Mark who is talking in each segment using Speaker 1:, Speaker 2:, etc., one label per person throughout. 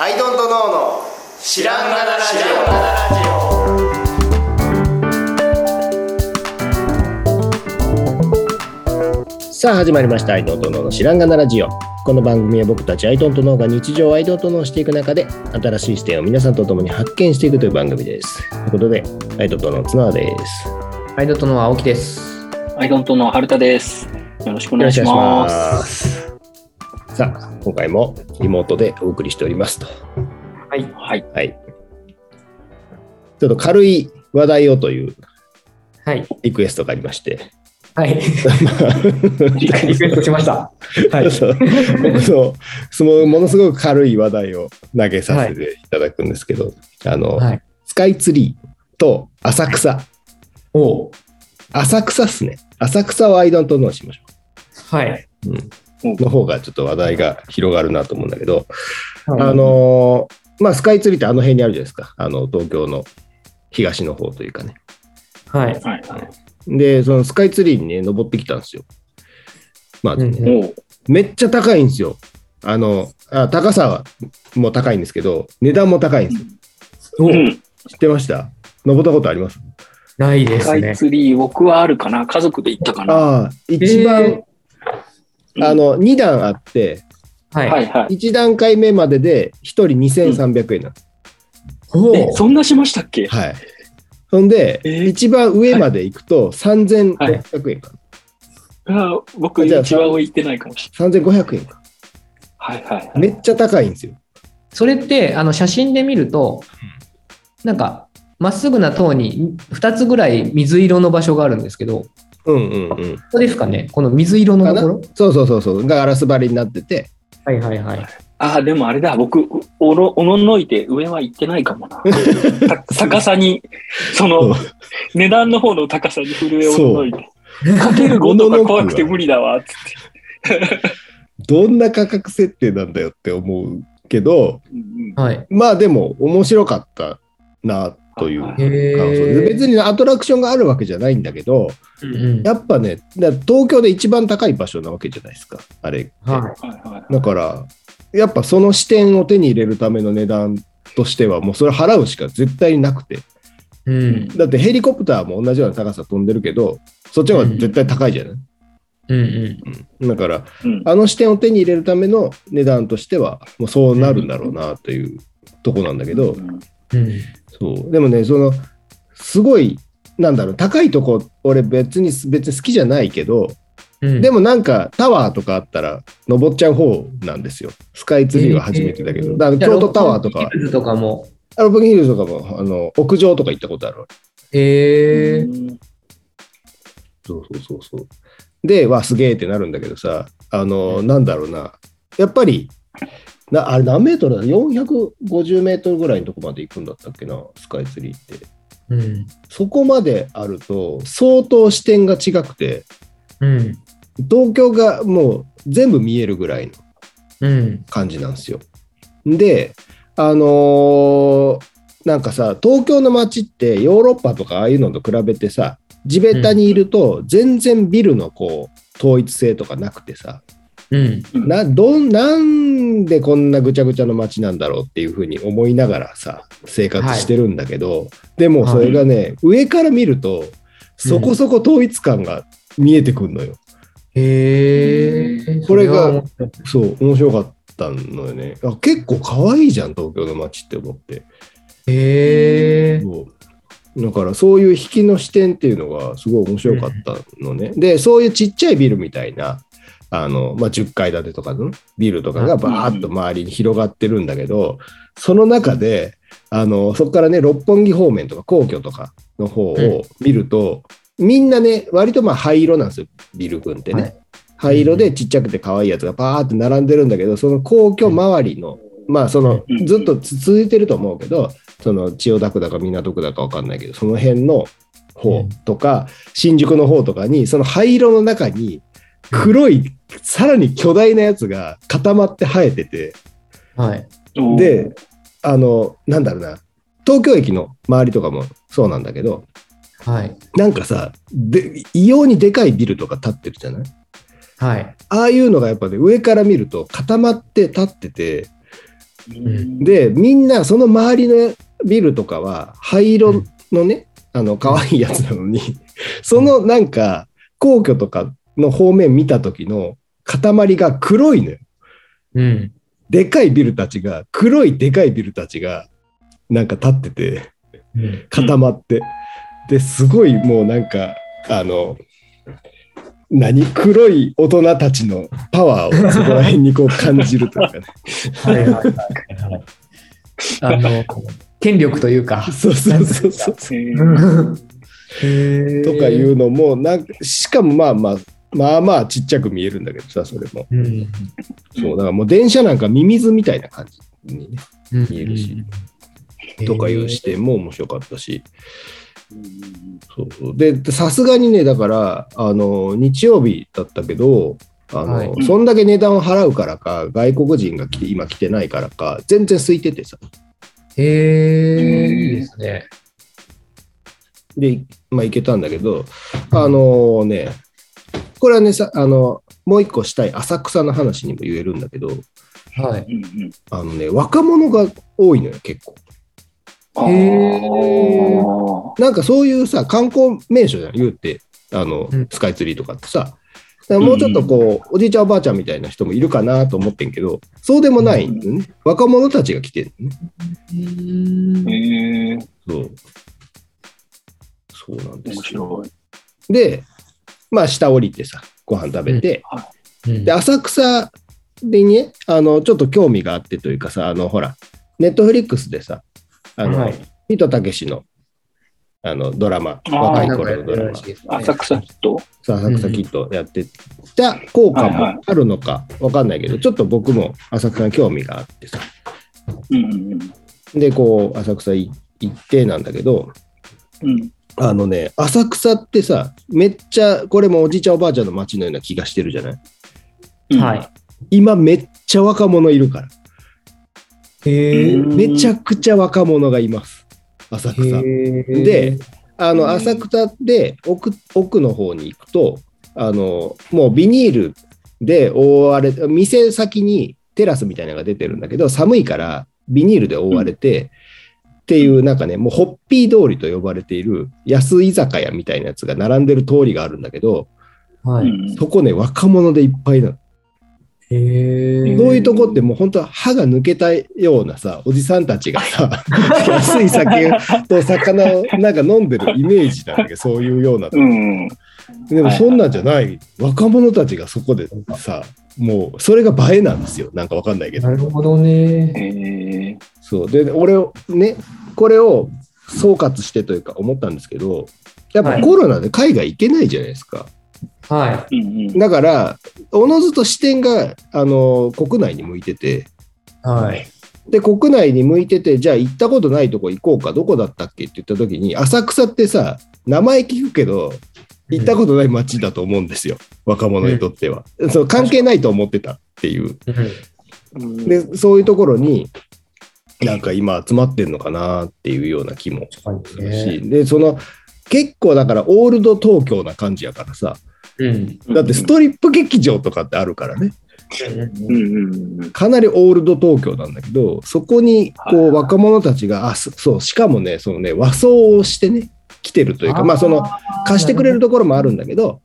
Speaker 1: アイドントノーの知らんがなラジ
Speaker 2: さあ始まりました「アイドントノーの知らんがなラジオ」この番組は僕たちアイドントノーが日常をアイドントノーしていく中で新しい視点を皆さんと共に発見していくという番組ですということでアイドントノーの綱ですよ
Speaker 3: アイドットの青木です。
Speaker 4: アイドントの春田です。よろしくお願
Speaker 2: ろ
Speaker 4: い
Speaker 2: し
Speaker 4: し
Speaker 2: くお願
Speaker 4: ま
Speaker 2: い
Speaker 4: す。
Speaker 2: しますさあ今回もリモートでお送りしておりますと
Speaker 4: はい。
Speaker 2: はいちょっと軽い話題をという
Speaker 3: はい。
Speaker 2: リクエストがありまして、
Speaker 3: はい。リクエストしました。はい。
Speaker 2: そう僕のそのものすごく軽い話題を投げさせていただくんですけど、あの、
Speaker 3: はい。
Speaker 2: スカイツリーと浅草。
Speaker 3: おう
Speaker 2: 浅草っすね。浅草をアイドントノーしましょ
Speaker 3: はい。
Speaker 2: う。うん、の方がちょっと話題が広がるなと思うんだけど、
Speaker 3: はい
Speaker 2: あのーまあ、スカイツリーってあの辺にあるじゃないですか。あの、東京の東の方というかね。
Speaker 3: はい。
Speaker 4: はい。
Speaker 2: で、そのスカイツリーにね、登ってきたんですよ。まずね、
Speaker 3: うん
Speaker 4: おう
Speaker 2: めっちゃ高いんですよ。あの、あ高さも高いんですけど、値段も高いんですよ。
Speaker 3: お
Speaker 4: う。
Speaker 3: うん
Speaker 2: 知ってました登ったことあります
Speaker 3: ないで
Speaker 4: ス
Speaker 3: す
Speaker 4: カ
Speaker 3: ね
Speaker 4: イ。ツリー、僕はあるかな。家族で行ったかな。
Speaker 2: ああ、一番、
Speaker 3: え
Speaker 4: ー
Speaker 2: あの、2段あって、
Speaker 3: は。
Speaker 4: はいいはい。
Speaker 2: 1段階目までで1人2300円なんです。
Speaker 3: おう
Speaker 4: え、そんなしましたっけ
Speaker 2: はい。そんで、
Speaker 4: えー
Speaker 2: 一番上まで行くと3600円か、
Speaker 4: あ僕、
Speaker 2: じゃあ
Speaker 4: 一番上行ってないかもし
Speaker 2: 3500円か。
Speaker 4: れない。はいはい。
Speaker 2: めっちゃ高いんですよ。
Speaker 3: それって、あの、写真で見ると、なんか、まっすぐな塔に2つぐらい水色の場所があるんですけど、こ
Speaker 2: うんうんうん。
Speaker 3: こですかねこの水色の
Speaker 2: か
Speaker 3: と
Speaker 2: な
Speaker 3: ころ
Speaker 2: そうそうそうそう。がガラス張りになってて、
Speaker 3: はいはいはい。
Speaker 4: ああ、でもあれだ。僕、おろ、おののいて上は行ってないか もな。た高さに、その、値段の方の高さに震えおののいて。かける5とか怖くて無 理だわ。つって。
Speaker 2: どんな価格設定なんだよって思うけど、
Speaker 4: うん
Speaker 3: はい。
Speaker 2: まあでも面白かったなという感想です。
Speaker 3: へー
Speaker 2: 別にアトラクションがあるわけじゃないんだけど、
Speaker 4: うん
Speaker 3: うん。
Speaker 2: やっぱね、だ東京で一番高い場所なわけじゃないですか、あれって。
Speaker 3: は
Speaker 4: はいはい。
Speaker 2: だから、やっぱその視点を手に入れるための値段としては、もうそれ払うしか絶対になくて、
Speaker 3: い。うん。
Speaker 2: だってヘリコプターも同じような高さ飛んでるけど、そっちの方が絶対高いじゃない。
Speaker 3: うんうん。
Speaker 2: だから、
Speaker 4: うん。
Speaker 2: あの視点を手に入れるための値段としては、もうそうなるんだろうなというとこなんだけど、
Speaker 4: うん
Speaker 3: うん。
Speaker 2: そうでもね、そのすごい、なんだろう、高いとこ、俺別に、別に好きじゃないけど、
Speaker 3: うん
Speaker 2: でもなんかタワーとかあったら登っちゃう方なんですよ。スカイツリーは初めてだけど、だから京都タワーとかは、
Speaker 3: じゃあ六本木ヒルズとかも。
Speaker 2: あのブギヒルズとかもあの屋上とか行ったことあるわけ。
Speaker 3: へえ。
Speaker 2: そうそうそうそう。で、わ、すげえってなるんだけどさ、あの、なんだろうな、やっぱり、なあれ何メートルだ ?450 メートルぐらいのとこまで行くんだったっけな、スカイツリーって。
Speaker 3: うん。
Speaker 2: そこまであると、相当視点が違くて、
Speaker 3: うん。
Speaker 2: 東京がもう全部見えるぐらいの
Speaker 3: うん。
Speaker 2: 感じなんですよ。で、あのーなんかさ、東京の街ってヨーロッパとかああいうのと比べてさ、地べたにいると全然ビルのこう統一性とかなくてさ、
Speaker 3: うん。
Speaker 4: うん
Speaker 2: などんなんでこんなぐちゃぐちゃの街なんだろうっていうふうに思いながらさ、生活してるんだけど、でもそれがね、上から見ると、そこそこ統一感が見えてくるのよ。
Speaker 3: へえ。
Speaker 2: これが
Speaker 3: そは面白い
Speaker 2: そう、面白かったのよね。あ結構可愛いじゃん、東京の街って思って。
Speaker 3: へえ。
Speaker 2: そうだからそういう引きの視点っていうのがすごい面白かったのね。でそういうちっちゃいビルみたいなあの、まあ、10階建てとかのビルとかがバーッと周りに広がってるんだけどその中であのそこからね六本木方面とか皇居とかの方を見ると、みんなね割とまあ灰色なんですよビル群ってね。
Speaker 3: はい
Speaker 2: 灰色でちっちゃくて可愛いやつがバーって並んでるんだけどその皇居周りのまあその
Speaker 4: うん
Speaker 2: ずっとつ続いてると思うけどその千代田区だか港区だか分かんないけどその辺の
Speaker 3: う
Speaker 2: 方
Speaker 3: ん
Speaker 2: とか、新宿の方とかにその灰色の中に黒いさらに巨大なやつが固まって生えてて
Speaker 3: はい。
Speaker 4: おー
Speaker 2: であのなんだろうな東京駅の周りとかもそうなんだけど
Speaker 3: はい。
Speaker 2: なんかさで異様にでかいビルとか建ってるじゃない
Speaker 3: はい。
Speaker 2: ああいうのがやっぱね上から見ると固まって立ってて
Speaker 4: うん、
Speaker 2: で、みんな、その周りのビルとかは、灰色のね、あの、可愛いやつなのに、 そのなんか、皇居とかの方面見た時の塊が黒いのよ。
Speaker 3: うん。
Speaker 2: でかいビルたちが、黒いでかいビルたちが、なんか立ってて、
Speaker 3: うん。
Speaker 2: 固まって。で、すごいもうなんか、あの、何黒い大人たちのパワーをそこら辺にこう感じるというかね。
Speaker 3: はいはいはいはい。 あの、権力というか。
Speaker 2: そうそうそうそう。
Speaker 3: へ
Speaker 2: とかい。うのもなんかしかもまあまあまあまあちっちゃく見えるんだけどさそれも
Speaker 3: うん。
Speaker 2: そうだからもう電車なんかミミズみたいな感じに、ね、
Speaker 3: 見
Speaker 2: 見えるし。とかいう視点も面白かったしそうそうででさすがにねだからあの日曜日だったけどあの、
Speaker 3: はい
Speaker 2: そんだけ値段を払うからか外国人が来て今来てないからか全然空いててさ
Speaker 3: へえ、いいですね。
Speaker 2: で、まあ、行けたんだけど、あのね、これはね、さあのもう一個したい浅草の話にも言えるんだけど、
Speaker 3: はい。
Speaker 2: あのね、若者が多いのよ、結構。
Speaker 3: へー
Speaker 2: なんかそういうさ、観光名所じゃん、言うて、あの
Speaker 3: うん
Speaker 2: スカイツリーとかってさ。だからもうちょっとこう、おじいちゃんおばあちゃんみたいな人もいるかなと思ってんけど、そうでもないんだよね。若者たちが来てるね。
Speaker 4: えー、
Speaker 2: そう。そうなんで
Speaker 4: 面
Speaker 2: すよ。
Speaker 4: 白い。
Speaker 2: で、まあ下降りてさ、ご飯食べて、
Speaker 3: うん
Speaker 2: で浅草でねあのちょっと興味があってというかさあのほらネットフリックスでさあの、
Speaker 3: はい
Speaker 2: ビートたけしのあのドラマ
Speaker 4: あー
Speaker 2: 若い
Speaker 3: なん
Speaker 2: 頃
Speaker 3: かや
Speaker 2: の
Speaker 3: って
Speaker 2: ドラ
Speaker 3: る
Speaker 2: マ
Speaker 3: らしいですね
Speaker 4: 浅草キット
Speaker 2: さあ浅草キッドやってた効果
Speaker 4: はいはい
Speaker 2: もあるのかわかんないけどちょっと僕も浅草に興味があってさ
Speaker 4: うんうん
Speaker 2: でこう浅草い行ってなんだけど
Speaker 4: うん。
Speaker 2: あのね浅草ってさめっちゃこれもおじいちゃんおばあちゃんの街のような気がしてるじゃない
Speaker 4: うん。
Speaker 3: は
Speaker 2: 今めっちゃ若者いるから
Speaker 3: い。へ
Speaker 4: うん
Speaker 2: めちゃくちゃ若者がいます、浅草。
Speaker 3: え。
Speaker 2: で、あ
Speaker 4: うん
Speaker 2: の浅草で奥奥の方に行くとあの、もうビニールで覆われ店先にテラスみたいなのが出てるんだけど、寒いからビニールで覆われて、っていう、なんかね、もうホッピー通りと呼ばれている安居酒屋みたいなやつが並んでる通りがあるんだけど、
Speaker 3: は
Speaker 4: う
Speaker 3: い。
Speaker 4: ん
Speaker 2: そこね、若者でいっぱいなの。
Speaker 3: へえ。
Speaker 2: そういうとこってもう本当は歯が抜けたようなさ、おじさんたちが さ、安い酒と魚をなんか飲んでるイメージなんだけど、そういうような。
Speaker 4: うん。
Speaker 2: でもそんなんじゃない、若者たちがそこでさ、もうそれが映えなんですよ。なんかわかんないけど
Speaker 3: な。るほどね。
Speaker 4: えー、
Speaker 2: そう。で、俺をね、これを総括してというか思ったんですけど、やっぱコロナで海外行けないじゃないですか。
Speaker 3: は
Speaker 4: うんうん。
Speaker 2: だから、おのずと視点が、あの、国内に向いてて、
Speaker 3: い。はい。
Speaker 2: で国内に向いててじゃあ行ったことないとこ行こうかどこだったっけって言った時に浅草ってさ名前聞くけど行ったことない街だと思うんですよ、若者にとっては、そう関係ないと思ってたっていう
Speaker 3: と。
Speaker 4: で、
Speaker 2: でそういうところになんか今集まってんのかなっていうような気も
Speaker 3: 確
Speaker 2: す
Speaker 3: か
Speaker 2: る
Speaker 3: に
Speaker 2: し、
Speaker 3: ね。
Speaker 2: でその結構だからオールド東京な感じやからさ
Speaker 3: うん。
Speaker 2: だってストリップ劇場とかってあるからね
Speaker 4: うんうんうん。
Speaker 2: かなりオールド東京なんだけど、そこにこう若者たちが、あそそう、しかもね、そのね和装をしてね、来てるというか、まあその貸してくれるところもあるんだけど、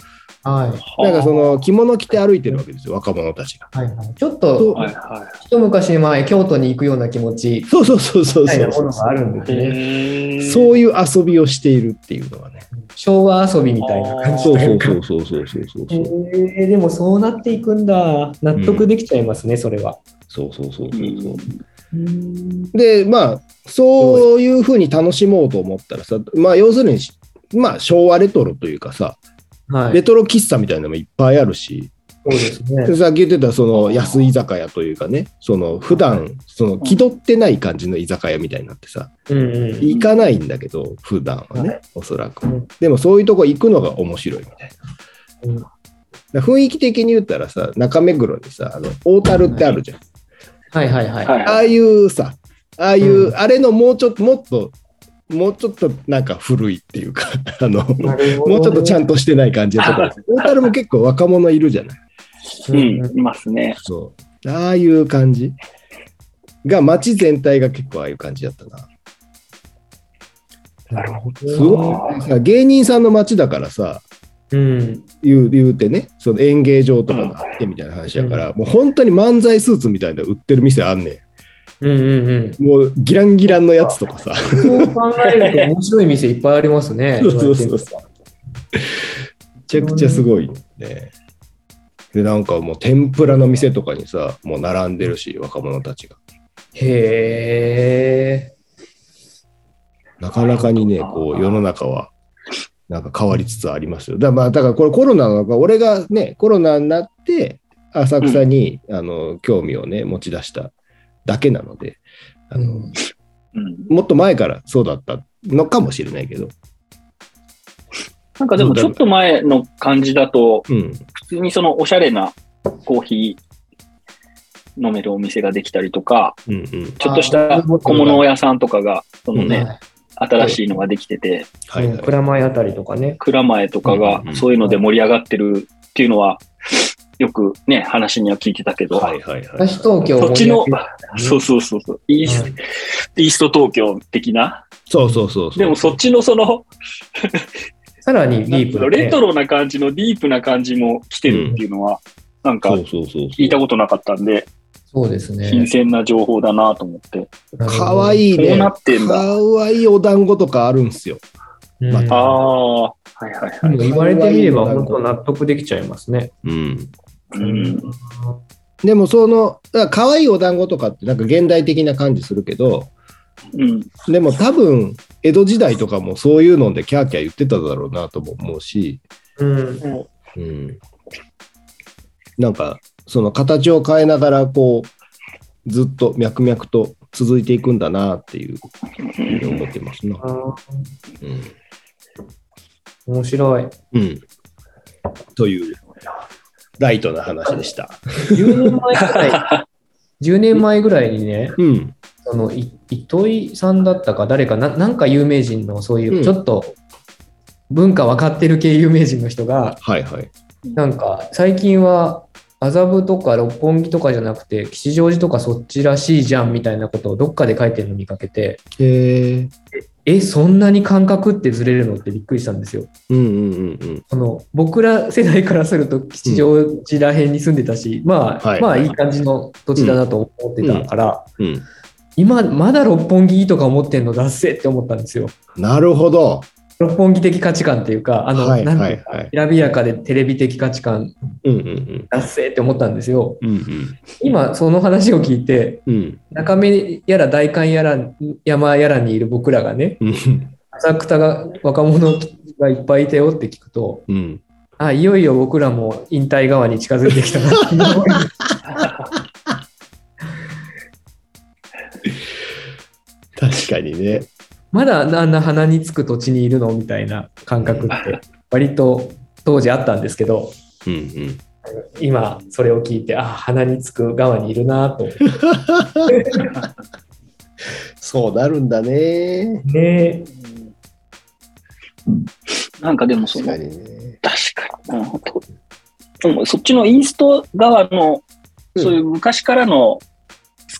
Speaker 3: はい。
Speaker 2: なんかその着物着て歩いてるわけですよ、若者たちが。
Speaker 3: はいはい。ちょっと、
Speaker 4: はいは
Speaker 3: 一昔前、京都に行くような気持ち、
Speaker 2: そうそうそうそう
Speaker 3: みたい
Speaker 2: そ
Speaker 3: な
Speaker 2: う
Speaker 3: も
Speaker 2: そ
Speaker 3: の
Speaker 2: う
Speaker 3: があるんで
Speaker 4: い。
Speaker 3: すね。
Speaker 2: そういう遊びをしているっていうのはね。
Speaker 3: 昭和遊びみたいな感じ
Speaker 2: そう
Speaker 3: とい
Speaker 2: そうう
Speaker 3: か
Speaker 2: そうそうそうそうそうそう
Speaker 3: えー、でもそうなっていくんだ。納得できちゃいますね、それは。
Speaker 2: そうそうそう
Speaker 4: う
Speaker 2: そ
Speaker 4: ん
Speaker 3: うん。
Speaker 2: う。で、まあ、そういうふうに楽しもうと思ったらさ、まあ要するに、まあ昭和レトロというかさ、
Speaker 3: はい。
Speaker 2: レトロ喫茶みたいなのもいっぱいあるし、
Speaker 3: そうですね。
Speaker 2: でさっき言ってたその安居酒屋というかね、その普段その気取ってない感じの居酒屋みたいになってさ、
Speaker 3: うんうん。
Speaker 2: 行かないんだけど、普段は
Speaker 3: は
Speaker 2: ね、おそら
Speaker 3: う
Speaker 2: く
Speaker 3: ん。
Speaker 2: でもそういうとこ行くのが面白いみたい
Speaker 3: うん
Speaker 2: な。だから雰囲気的に言ったらさ、中目黒にさ、あの大樽ってあるじゃん。
Speaker 3: はいはいはい。
Speaker 4: はい
Speaker 2: ああいうさ、ああいう、
Speaker 3: うん
Speaker 2: あれのもうちょっと、もっと、もうちょっとなんか古いっていうか、 あ
Speaker 3: な
Speaker 2: の、
Speaker 3: るほどね
Speaker 2: もうちょっとちゃんとしてない感じのとこ ろ。大樽も結構若者いるじゃない。
Speaker 4: うん、いますね。
Speaker 2: そう。ああいう感じ。が街全体が結構ああいう感じだったな。
Speaker 4: なるほ
Speaker 2: すごいさ芸人さんの街だからさ
Speaker 3: うん。
Speaker 2: 言う言うてねその演芸場とかがあってみたいな話やから、もう本当に漫才スーツみたいなの売ってる店あんね
Speaker 3: うんうんうん。
Speaker 2: んもうギランギランのやつとかさ
Speaker 3: そう考えると面白い店いっぱいありますね。
Speaker 2: そうそうそうそうめちゃくちゃすごいね。でなんかもう天ぷらの店とかにさもう並んでるし若者たちが
Speaker 3: へえ。
Speaker 2: なかなかにね、こう、世の中は、なんか変わりつつありますよ。だから、まあ、だからこれコロナの中、俺がね、コロナになって、浅草に、あの、興味をね、持ち出しただけなので、あの、
Speaker 3: うん
Speaker 4: うん
Speaker 2: もっと前からそうだったのかもしれないけど、
Speaker 4: なんかでもちょっと前の感じだと、
Speaker 2: うん。
Speaker 4: 普通にそのおしゃれなコーヒー飲めるお店ができたりとか、
Speaker 2: うんうん。
Speaker 4: ちょっとした小物屋さんとかが、そのね、
Speaker 3: ね、
Speaker 4: 新しいのができてて、
Speaker 2: はい、はい。
Speaker 3: 蔵前あたりとかね。
Speaker 4: 蔵前とか
Speaker 2: う
Speaker 4: が
Speaker 2: んうん
Speaker 4: そういうので盛り上がってるっていうのは、よくね、話には聞いてたけど、
Speaker 2: はいはいはい。
Speaker 3: 私東京
Speaker 4: そっちの、そううそうそうそう、イースイースト東京的な、
Speaker 2: そうそうそうそう。
Speaker 4: でもそっちのその、
Speaker 3: さらにディープだね
Speaker 4: レトロな感じのディープな感じも来てるっていうのは、なんか
Speaker 2: そうそうそう。
Speaker 4: 聞いたことなかったんで、
Speaker 3: そうですね。
Speaker 4: 新鮮な情報だなと思って。
Speaker 2: かわいい
Speaker 4: こう
Speaker 2: ね。
Speaker 4: なってん
Speaker 2: か
Speaker 4: だ。
Speaker 2: わいいお団子とかあるんすよ。
Speaker 3: い
Speaker 2: ま
Speaker 4: ああ、はいはいはい。
Speaker 3: 言われてみれば本当納得できちゃいますね。
Speaker 2: うん。
Speaker 4: うん。
Speaker 2: でもその、だから可愛いお団子とかってなんか現代的な感じするけど、
Speaker 4: うん。
Speaker 2: でも多分、江戸時代とかもそういうのでキャーキャー言ってただろうなとも思うし、
Speaker 3: うん。
Speaker 2: うん、なんか、その形を変えながら、こう、ずっと脈々と続いていくんだなっていうふうに思ってますな。
Speaker 3: あー
Speaker 2: うん。
Speaker 3: 面白い。
Speaker 2: うん、という、ライトな話でした。
Speaker 3: 10年前ぐら い、10年前ぐらいにね、
Speaker 2: うん。
Speaker 3: そのい糸井さんだったか誰かななんか有名人のそういううんちょっと文化分かってる系有名人の人が
Speaker 2: はいはい。
Speaker 3: なんか最近は麻布とか六本木とかじゃなくて吉祥寺とかそっちらしいじゃんみたいなことをどっかで書いてるの見かけて
Speaker 2: へえ。
Speaker 3: えそんなに感覚ってずれるのってびっくりしたんですよ。
Speaker 2: うんうんうんうん。
Speaker 3: その僕ら世代からすると吉祥寺ら辺に住んでたし、まあ、
Speaker 2: はい
Speaker 3: まあいい感じの土地だなと思ってたから、
Speaker 2: うん。
Speaker 3: 今まだ六本木とか思ってんのだっせって思ったんですよ。
Speaker 2: なるほど。
Speaker 3: 六本木的価値観っていうか、あの、
Speaker 2: はい
Speaker 3: なんて
Speaker 2: は
Speaker 3: いう
Speaker 2: い
Speaker 3: か、
Speaker 2: はい。
Speaker 3: きらびやかでテレビ的価値観
Speaker 2: うんうん
Speaker 3: だっせって思ったんですよ。
Speaker 2: うん。うん
Speaker 3: 今、その話を聞いて、
Speaker 2: うん。うん
Speaker 3: 中目やら大観やら山やらにいる僕らがね、
Speaker 2: うん。
Speaker 3: 浅草が若者がいっぱいいたよって聞くと、
Speaker 2: うん。
Speaker 3: あ、いよいよ僕らも引退側に近づいてきたなっていう思い が
Speaker 2: 確かにね。
Speaker 3: まだあんな鼻につく土地にいるのみたいな感覚って、割と当時あったんですけど、
Speaker 2: うんうん。
Speaker 3: 今それを聞いて、あ、鼻につく側にいるなと思って。
Speaker 2: そうなるんだね。
Speaker 3: ね
Speaker 4: なんかでもそ
Speaker 2: 確か
Speaker 4: の、確
Speaker 2: にね。
Speaker 4: かにな。とでもそっちのインスト側
Speaker 2: う
Speaker 4: の、
Speaker 2: ん
Speaker 4: そういう昔からの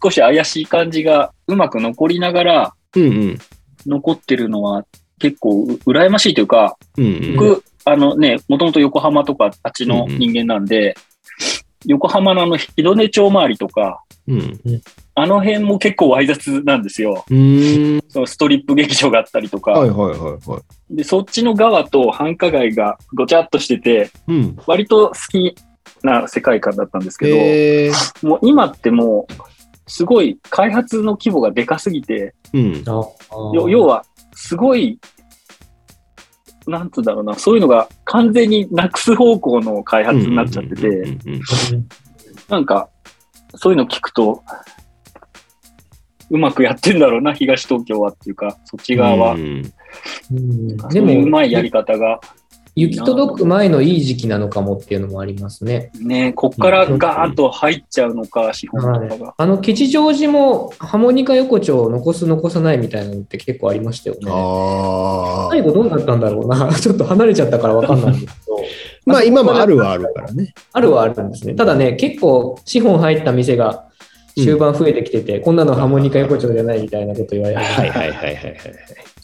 Speaker 4: 少し怪しい感じがうまく残りながら
Speaker 2: うんうん。
Speaker 4: 残ってるのは結構う羨ましいというか、
Speaker 2: うんうん。
Speaker 4: 僕、あのね、もともと横浜とかあっちの人間なんで、横浜のあの広根町周りとか、
Speaker 2: うん。
Speaker 4: あの辺も結構わい雑なんですよ。
Speaker 2: うーん。
Speaker 4: そのストリップ劇場があったりとか、
Speaker 2: はいはいはいはい。
Speaker 4: で、そっちの側と繁華街がごちゃっとしてて、
Speaker 2: うん。
Speaker 4: 割と好きな世界観だったんですけ
Speaker 2: えー。
Speaker 4: ど、もう今ってもう、すごい開発の規模がでかすぎて、
Speaker 2: うん。
Speaker 3: あ
Speaker 4: よ要は、すごい、なんつうんだろうな、そういうのが完全になくす方向の開発になっちゃってて、
Speaker 2: うんうんうん
Speaker 4: なんか、そういうの聞くと、うまくやってんだろうな、東東京はっていうか、そっち側は。
Speaker 2: うん
Speaker 3: うん
Speaker 4: で
Speaker 3: で
Speaker 4: も、うま
Speaker 3: も
Speaker 4: いやり方が、
Speaker 3: 行き届く前のいい時期なのかもっていうのもありますね。
Speaker 4: ね、こっからガーンと入っちゃうのか、資本とかが。
Speaker 3: あの吉祥寺もハモニカ横丁を残す残さないみたいなのって結構ありましたよね。
Speaker 2: あ
Speaker 3: 最
Speaker 2: あ。
Speaker 3: 後どうなったんだろうな。 ちょっと離れちゃったからわかん ないんですけど。
Speaker 2: まあ今もあるはあるからね。
Speaker 3: あるはあるんですね。ただね、結構資本入った店が終盤増えてきてて、こんなのハーモニカ横丁じゃないみたいなこと言われて、
Speaker 2: はいはいはいはいはい。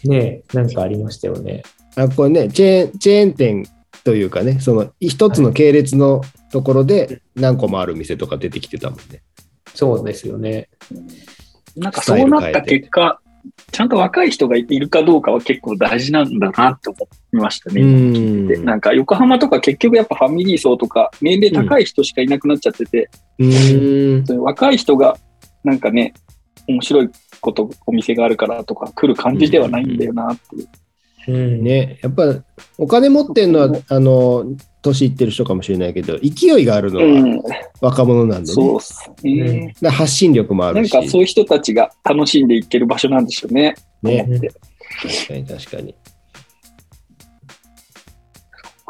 Speaker 3: ねえ、なんかありましたよね。
Speaker 2: あこれねチェーン、チェーン店というかね、その一つの系列のところで何個もある店とか出てきてたもんね。
Speaker 3: そうですよね。
Speaker 4: なんかそうなった結果、ちゃんと若い人がいるかどうかは結構大事なんだなって思いましたね。で
Speaker 2: ん
Speaker 4: なんか横浜とか結局やっぱファミリー層とか年齢高い人しかいなくなっちゃってて、
Speaker 2: うん。
Speaker 4: そういう若い人がなんかね、面白いこと、お店があるからとか来る感じではないんだよなっていう。
Speaker 3: うん
Speaker 2: ね、やっぱお金持ってんのは、あの、年いってる人かもしれないけど、勢いがあるの
Speaker 4: う
Speaker 2: は
Speaker 4: ん、
Speaker 2: 若者なんでね。
Speaker 4: そうっすね。
Speaker 2: だから発信力もあ
Speaker 4: な
Speaker 2: る
Speaker 4: ん
Speaker 2: し。
Speaker 4: かそういう人たちが楽しんでいける場所なんでしょうね。
Speaker 2: ね、
Speaker 4: 思って
Speaker 2: 確かに確かに。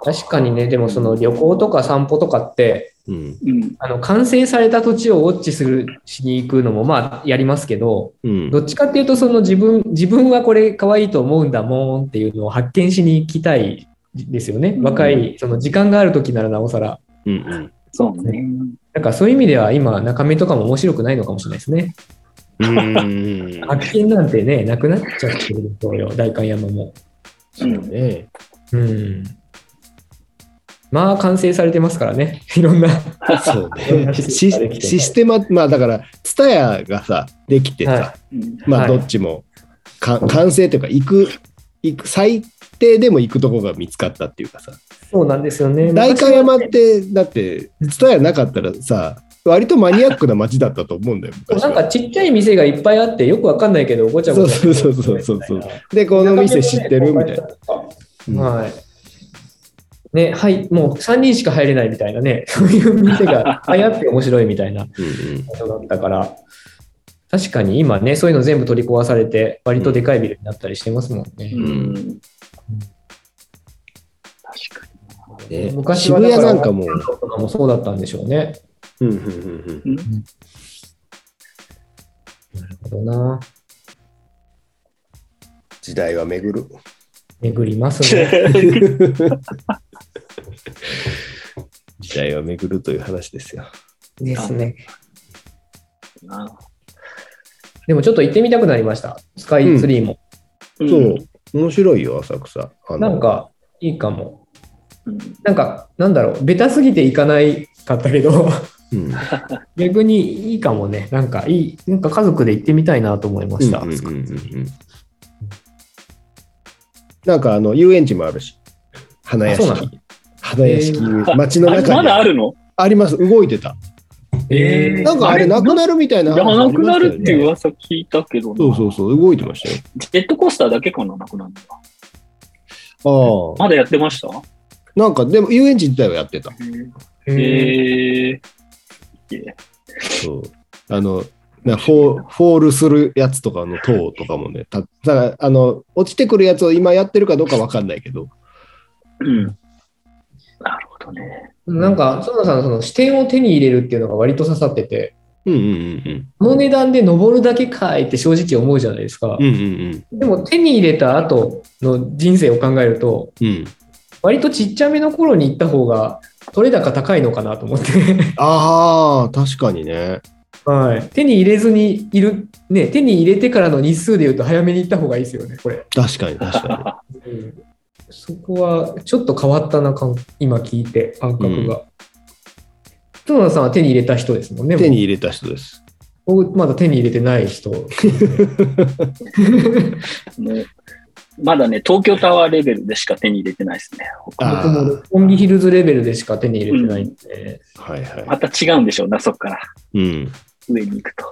Speaker 3: 確かにね、でもその旅行とか散歩とかって、
Speaker 2: うん。
Speaker 4: うん。
Speaker 3: あの完成された土地をウォッチするしに行くのもまあやりますけど、
Speaker 2: うん。
Speaker 3: どっちかっていうとその自分、自分はこれ可愛いと思うんだもんっていうのを発見しに行きたいですよね。
Speaker 4: うん
Speaker 3: 若い、その時間がある時ならなおさら。
Speaker 2: うんうん
Speaker 4: そうね。
Speaker 3: なんかそういう意味では今、中身とかも面白くないのかもしれないですね。
Speaker 2: うん。
Speaker 3: 発見なんてね、なくなっちゃってるとよ、代官山も。
Speaker 2: そうね。
Speaker 3: うん。まあ完成されてますからね。 いろんな。
Speaker 2: そう
Speaker 3: いろん
Speaker 2: ね。
Speaker 3: なシ
Speaker 2: シ
Speaker 3: ステムができて
Speaker 2: システマ、まあだから、ツタヤがさ、できてさ、
Speaker 3: は
Speaker 4: うん
Speaker 2: ま
Speaker 3: は
Speaker 2: あ
Speaker 3: い
Speaker 2: どっちもか完成というか、行く、行く、最低でも行くとこが見つかったっていうかさ、
Speaker 3: そうなんですよね。
Speaker 2: 代官山って、だって、ツタヤなかったらさ、割とマニアックな街だったと思うんだよ、昔
Speaker 3: なんか
Speaker 2: は。
Speaker 3: ちっちゃい店がいっぱいあって、よくわかんないけど、ごちゃごちゃ。
Speaker 2: そうそうそうそうそうで、この店知ってるみたいな。うん
Speaker 3: はい。ね、はい、もう3人しか入れないみたいなね、 そういう店が流行って面白いみたいな
Speaker 2: うんうん
Speaker 3: ことだったから、確かに今ね、そういうの全部取り壊されて、割とでかいビルになったりしてますもんね。
Speaker 2: ん
Speaker 4: うん確か
Speaker 2: ね
Speaker 3: 昔はだ
Speaker 2: 渋
Speaker 3: ら
Speaker 2: 谷なんかもう
Speaker 3: とかもそうだったんでしょうね。
Speaker 2: うんうんうん
Speaker 4: に。
Speaker 3: なるほどな。
Speaker 2: 時代は巡る。
Speaker 3: 巡ります ね。
Speaker 2: 時代は巡るという話ですよ。
Speaker 3: ですね。でもちょっと行ってみたくなりました。スカイツリーも。
Speaker 4: うん
Speaker 2: そう、面白いよ、浅草。あ
Speaker 3: な
Speaker 2: の
Speaker 3: んかいいかも。
Speaker 4: うん
Speaker 3: なんか、なんだろう、ベタすぎて行かないかったけど、
Speaker 2: うん
Speaker 3: 逆にいいかもね。なんかいい、なんか家族で行ってみたいなと思いました。
Speaker 2: うんうんうんうんなんかあの遊園地もあるし、花屋
Speaker 3: あそうなの
Speaker 2: 敷。花屋敷
Speaker 3: へー
Speaker 2: 遊園地、街の
Speaker 4: あ
Speaker 2: 中
Speaker 4: ま
Speaker 2: に
Speaker 4: だあるの
Speaker 2: あります、動いてた。
Speaker 3: えー
Speaker 2: なんかあれ、
Speaker 4: あれ
Speaker 2: なくなるみたいな話あ
Speaker 4: な
Speaker 2: り
Speaker 4: く
Speaker 2: まし
Speaker 4: な
Speaker 2: たよね
Speaker 4: るっていう噂聞いたけどな
Speaker 2: そうそうそう、動いてましたよ。
Speaker 4: ジェットコースターだけかな、なくなるのは。
Speaker 2: ああ、
Speaker 4: まだやってました
Speaker 2: なんかでも遊園地自体はやってた。
Speaker 3: へー
Speaker 4: へえ。
Speaker 2: そう。あの、なフォーフォールするやつとかの塔とかもね、ただからあの落ちてくるやつを今やってるかどうかわかんないけど、
Speaker 4: うん。なるほどね。
Speaker 3: なんか、園田さん、その視点を手に入れるっていうのが割と刺さってて、
Speaker 2: うんうんうん
Speaker 3: この値段で登るだけかいって正直思うじゃないですか
Speaker 2: うん。。うんうん
Speaker 3: でも手に入れた後の人生を考えると、
Speaker 2: うん。うん、
Speaker 3: 割とちっちゃめの頃に行った方が取れ高高いのかなと思 って、
Speaker 2: ああ、確かにね。
Speaker 3: はい、手に入れずにいる、ね、手に入れてからの日数でいうと早めに行った方がいいですよね、これ。
Speaker 2: 確かに確 か
Speaker 3: そこはちょっと変わったな、感今聞いて、感覚が。園田さんは手に入れた人ですもんね。
Speaker 2: に。手に入れた人です。
Speaker 3: 僕、まだ手に入れてない人。
Speaker 4: もうまだね、東京タワーレベルでしか手に入れてないですね。
Speaker 2: あ
Speaker 3: 僕も六本木ヒルズレベルでしか手に入れてないんで、
Speaker 2: はいは
Speaker 4: また違うんでしょうな、そっから
Speaker 2: い。うん。
Speaker 4: 上に行くと。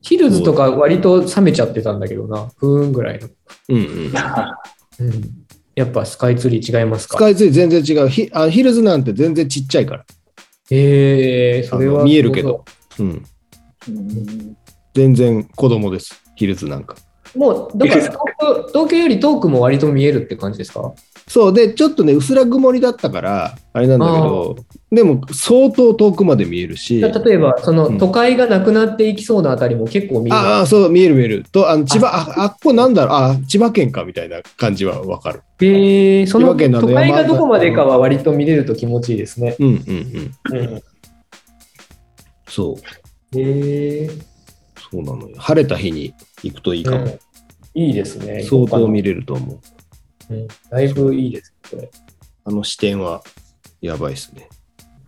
Speaker 3: ヒルズとか割と冷めちゃってたんだけどな、ふーんぐらいの。
Speaker 2: うんうん。
Speaker 3: うん、やっぱスカイツリー違います
Speaker 2: ス
Speaker 3: か
Speaker 2: カイツリー全然違う。ヒあヒルズなんて全然ちっちゃいから。
Speaker 3: へえー、それ
Speaker 2: あの
Speaker 3: は。
Speaker 2: 見えるけど。うん。
Speaker 4: うん
Speaker 2: 全然子供です。ヒルズなんか。
Speaker 3: もう、だ から東京、東京より遠くも割と見えるって感じですか
Speaker 2: そうで、ちょっとね、薄ら曇りだったから、あれなんだけど、でも相当遠くまで見えるし、
Speaker 3: 例えば、そ
Speaker 2: うん
Speaker 3: の都会がなくなっていきそうなあたりも結構見える。
Speaker 2: ああ、そう、見える見える。と、あの千葉、ああっこなんだろう、あ千葉県かみたいな感じはわかる。
Speaker 3: へえー、その
Speaker 2: 千葉県な
Speaker 3: 都
Speaker 2: んで
Speaker 3: 会が
Speaker 2: 山
Speaker 3: どこまでかは割と見れると気持ちいいですね。
Speaker 2: うんうんうん。
Speaker 3: うん
Speaker 2: そう。
Speaker 3: へえ
Speaker 2: そうなのよ。晴れた日に行くといいかも。
Speaker 3: いいですね。
Speaker 2: 相当見
Speaker 3: る。
Speaker 2: れると思う。
Speaker 3: うんだいぶいいです、これ。
Speaker 2: あの視点はやばいですね。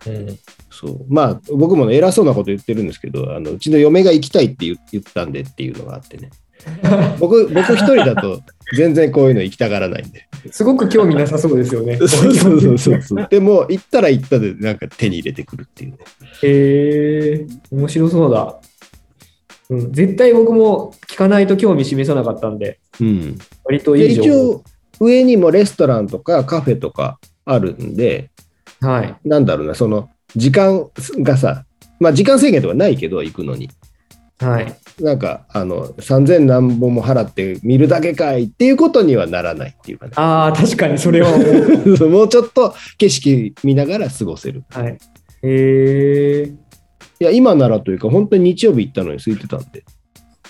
Speaker 3: うん
Speaker 2: そう。まあ、僕もね偉そうなこと言ってるんですけど、あのうちの嫁が行きたいって言言ったんでっていうのがあってね。 僕、僕一人だと全然こういうの行きたがらないんで。
Speaker 3: すごく興味なさそうですよね。
Speaker 2: そうそうそうそうそう。でも、行ったら行ったで、なんか手に入れてくるっていうね。
Speaker 3: へえ面白そうだ。うん、絶対僕も聞かないと興味示さなかったんで、
Speaker 2: うん。
Speaker 3: 割とい
Speaker 2: で
Speaker 3: い情
Speaker 2: 一
Speaker 3: 報。
Speaker 2: 応、上にもレストランとかカフェとかあるんで、
Speaker 3: はい。
Speaker 2: なんだろうな、その時間がさ、まあ時間制限とかないけど、行くのに。
Speaker 3: はい。
Speaker 2: なんか、あの、3000何本も払って見るだけかいっていうことにはならない っていうかね。
Speaker 3: ああ、確かにそれは思う。
Speaker 2: もうちょっと景色見ながら過ごせる。
Speaker 3: はい。へえ
Speaker 2: いや、今ならというか、本当に日曜日行ったのに空いてたんで。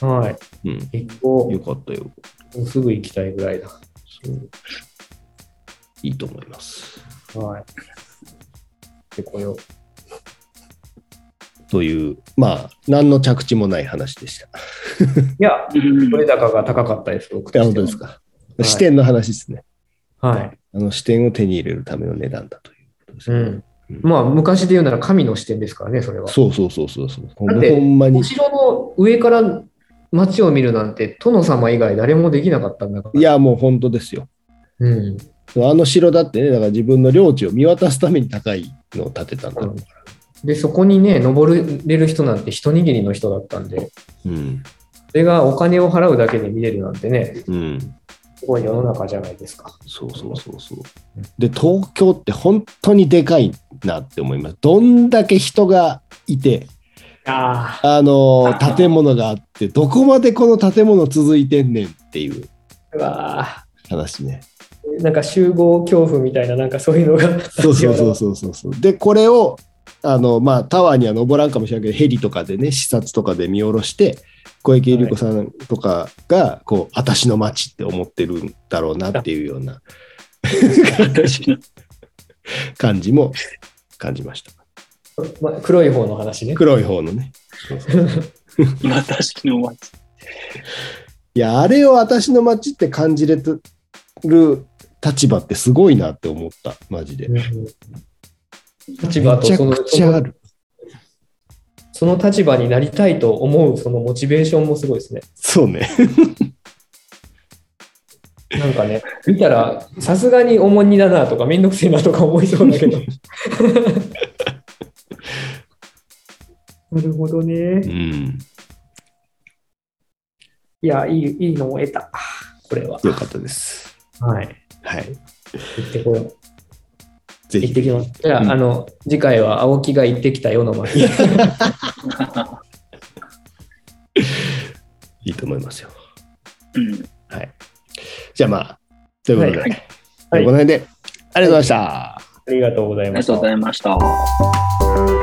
Speaker 3: はい。
Speaker 2: うん。
Speaker 3: 結構、
Speaker 2: よかったよ。
Speaker 3: もうすぐ行きたいぐらいだ。
Speaker 2: そういいと思います。
Speaker 3: はい。で、これを。
Speaker 2: という、まあ、何の着地もない話でした。
Speaker 3: いや、
Speaker 4: うん
Speaker 3: 取れ高が高かったです、僕と
Speaker 2: いや、
Speaker 3: し
Speaker 2: 本
Speaker 3: て
Speaker 2: 当
Speaker 3: は
Speaker 2: です
Speaker 3: い
Speaker 2: か。視点の話ですね。
Speaker 3: はい。
Speaker 2: あの視点を手に入れるための値段だということです
Speaker 3: う
Speaker 2: ね。
Speaker 3: ん。まあ、昔で言うなら神の視点ですからね、それは。
Speaker 2: そうそうそうそうそう。ほ
Speaker 3: だ
Speaker 2: ん
Speaker 3: って
Speaker 2: ほんまに
Speaker 3: お。城の上から街を見るなんて、殿様以外誰もできなかったんだから。
Speaker 2: い、や、もう本当ですよ。
Speaker 3: うん。
Speaker 2: あの城だってね、だから自分の領地を見渡すために高いのを建てたんだろうから。
Speaker 3: で、そこにね、登れる人なんて一握りの人だったんで、
Speaker 2: うん。
Speaker 3: それがお金を払うだけで見れるなんてね、
Speaker 2: うん。
Speaker 3: すごい世の中じゃないですか。
Speaker 2: そうそうそうそう。で、東京って本当にでかいなって思います。どんだけ人がいて、
Speaker 3: あ
Speaker 2: あのー建物があって、どこまでこの建物続いてんねんっていう
Speaker 3: あ、うわ
Speaker 2: 話ね。
Speaker 3: ーなんか集合恐怖みたいな、なんかそういうのが。
Speaker 2: そうそうそうそうそうそう。で、これを、あの、まあ、タワーには登らんかもしれないけど、ヘリとかでね、視察とかで見下ろして、小池百合子さんとかが、こう、私の街って思ってるんだろうなっていうような感じも感じました。
Speaker 3: まあ、黒い方の話ね。
Speaker 2: 黒い方のね。
Speaker 4: 私の街。
Speaker 2: いや、あれを私の街って感じれてる立場ってすごいなって思った、マジで。
Speaker 3: 立場と
Speaker 2: めちゃ
Speaker 3: その
Speaker 2: くちゃある。
Speaker 3: その立場になりたいと思うそのモチベーションもすごいですね。
Speaker 2: そうね。
Speaker 3: なんかね、見たらさすがに重荷だなとかめんどくせえなとか思いそうだけど。なるほど
Speaker 2: う
Speaker 3: ね。
Speaker 2: ん。
Speaker 3: いや、いいいいのを得た。これは。
Speaker 2: よかったです。
Speaker 3: はい。
Speaker 2: はい。
Speaker 3: 行ってこよう。
Speaker 2: ぜ
Speaker 3: 行っ
Speaker 2: ひ。
Speaker 3: てきます。じゃあ、
Speaker 2: うん
Speaker 3: あの、次回は青木が行ってきた世の巻。
Speaker 2: いいと思いますよ。
Speaker 4: うん
Speaker 2: はい。じゃあまあ、ということで、
Speaker 3: はい
Speaker 2: この辺で、ありがとうございました。
Speaker 3: ありがとうござい
Speaker 4: あり
Speaker 3: ま
Speaker 4: が
Speaker 3: し
Speaker 4: とう
Speaker 3: た
Speaker 4: ご。ざいました。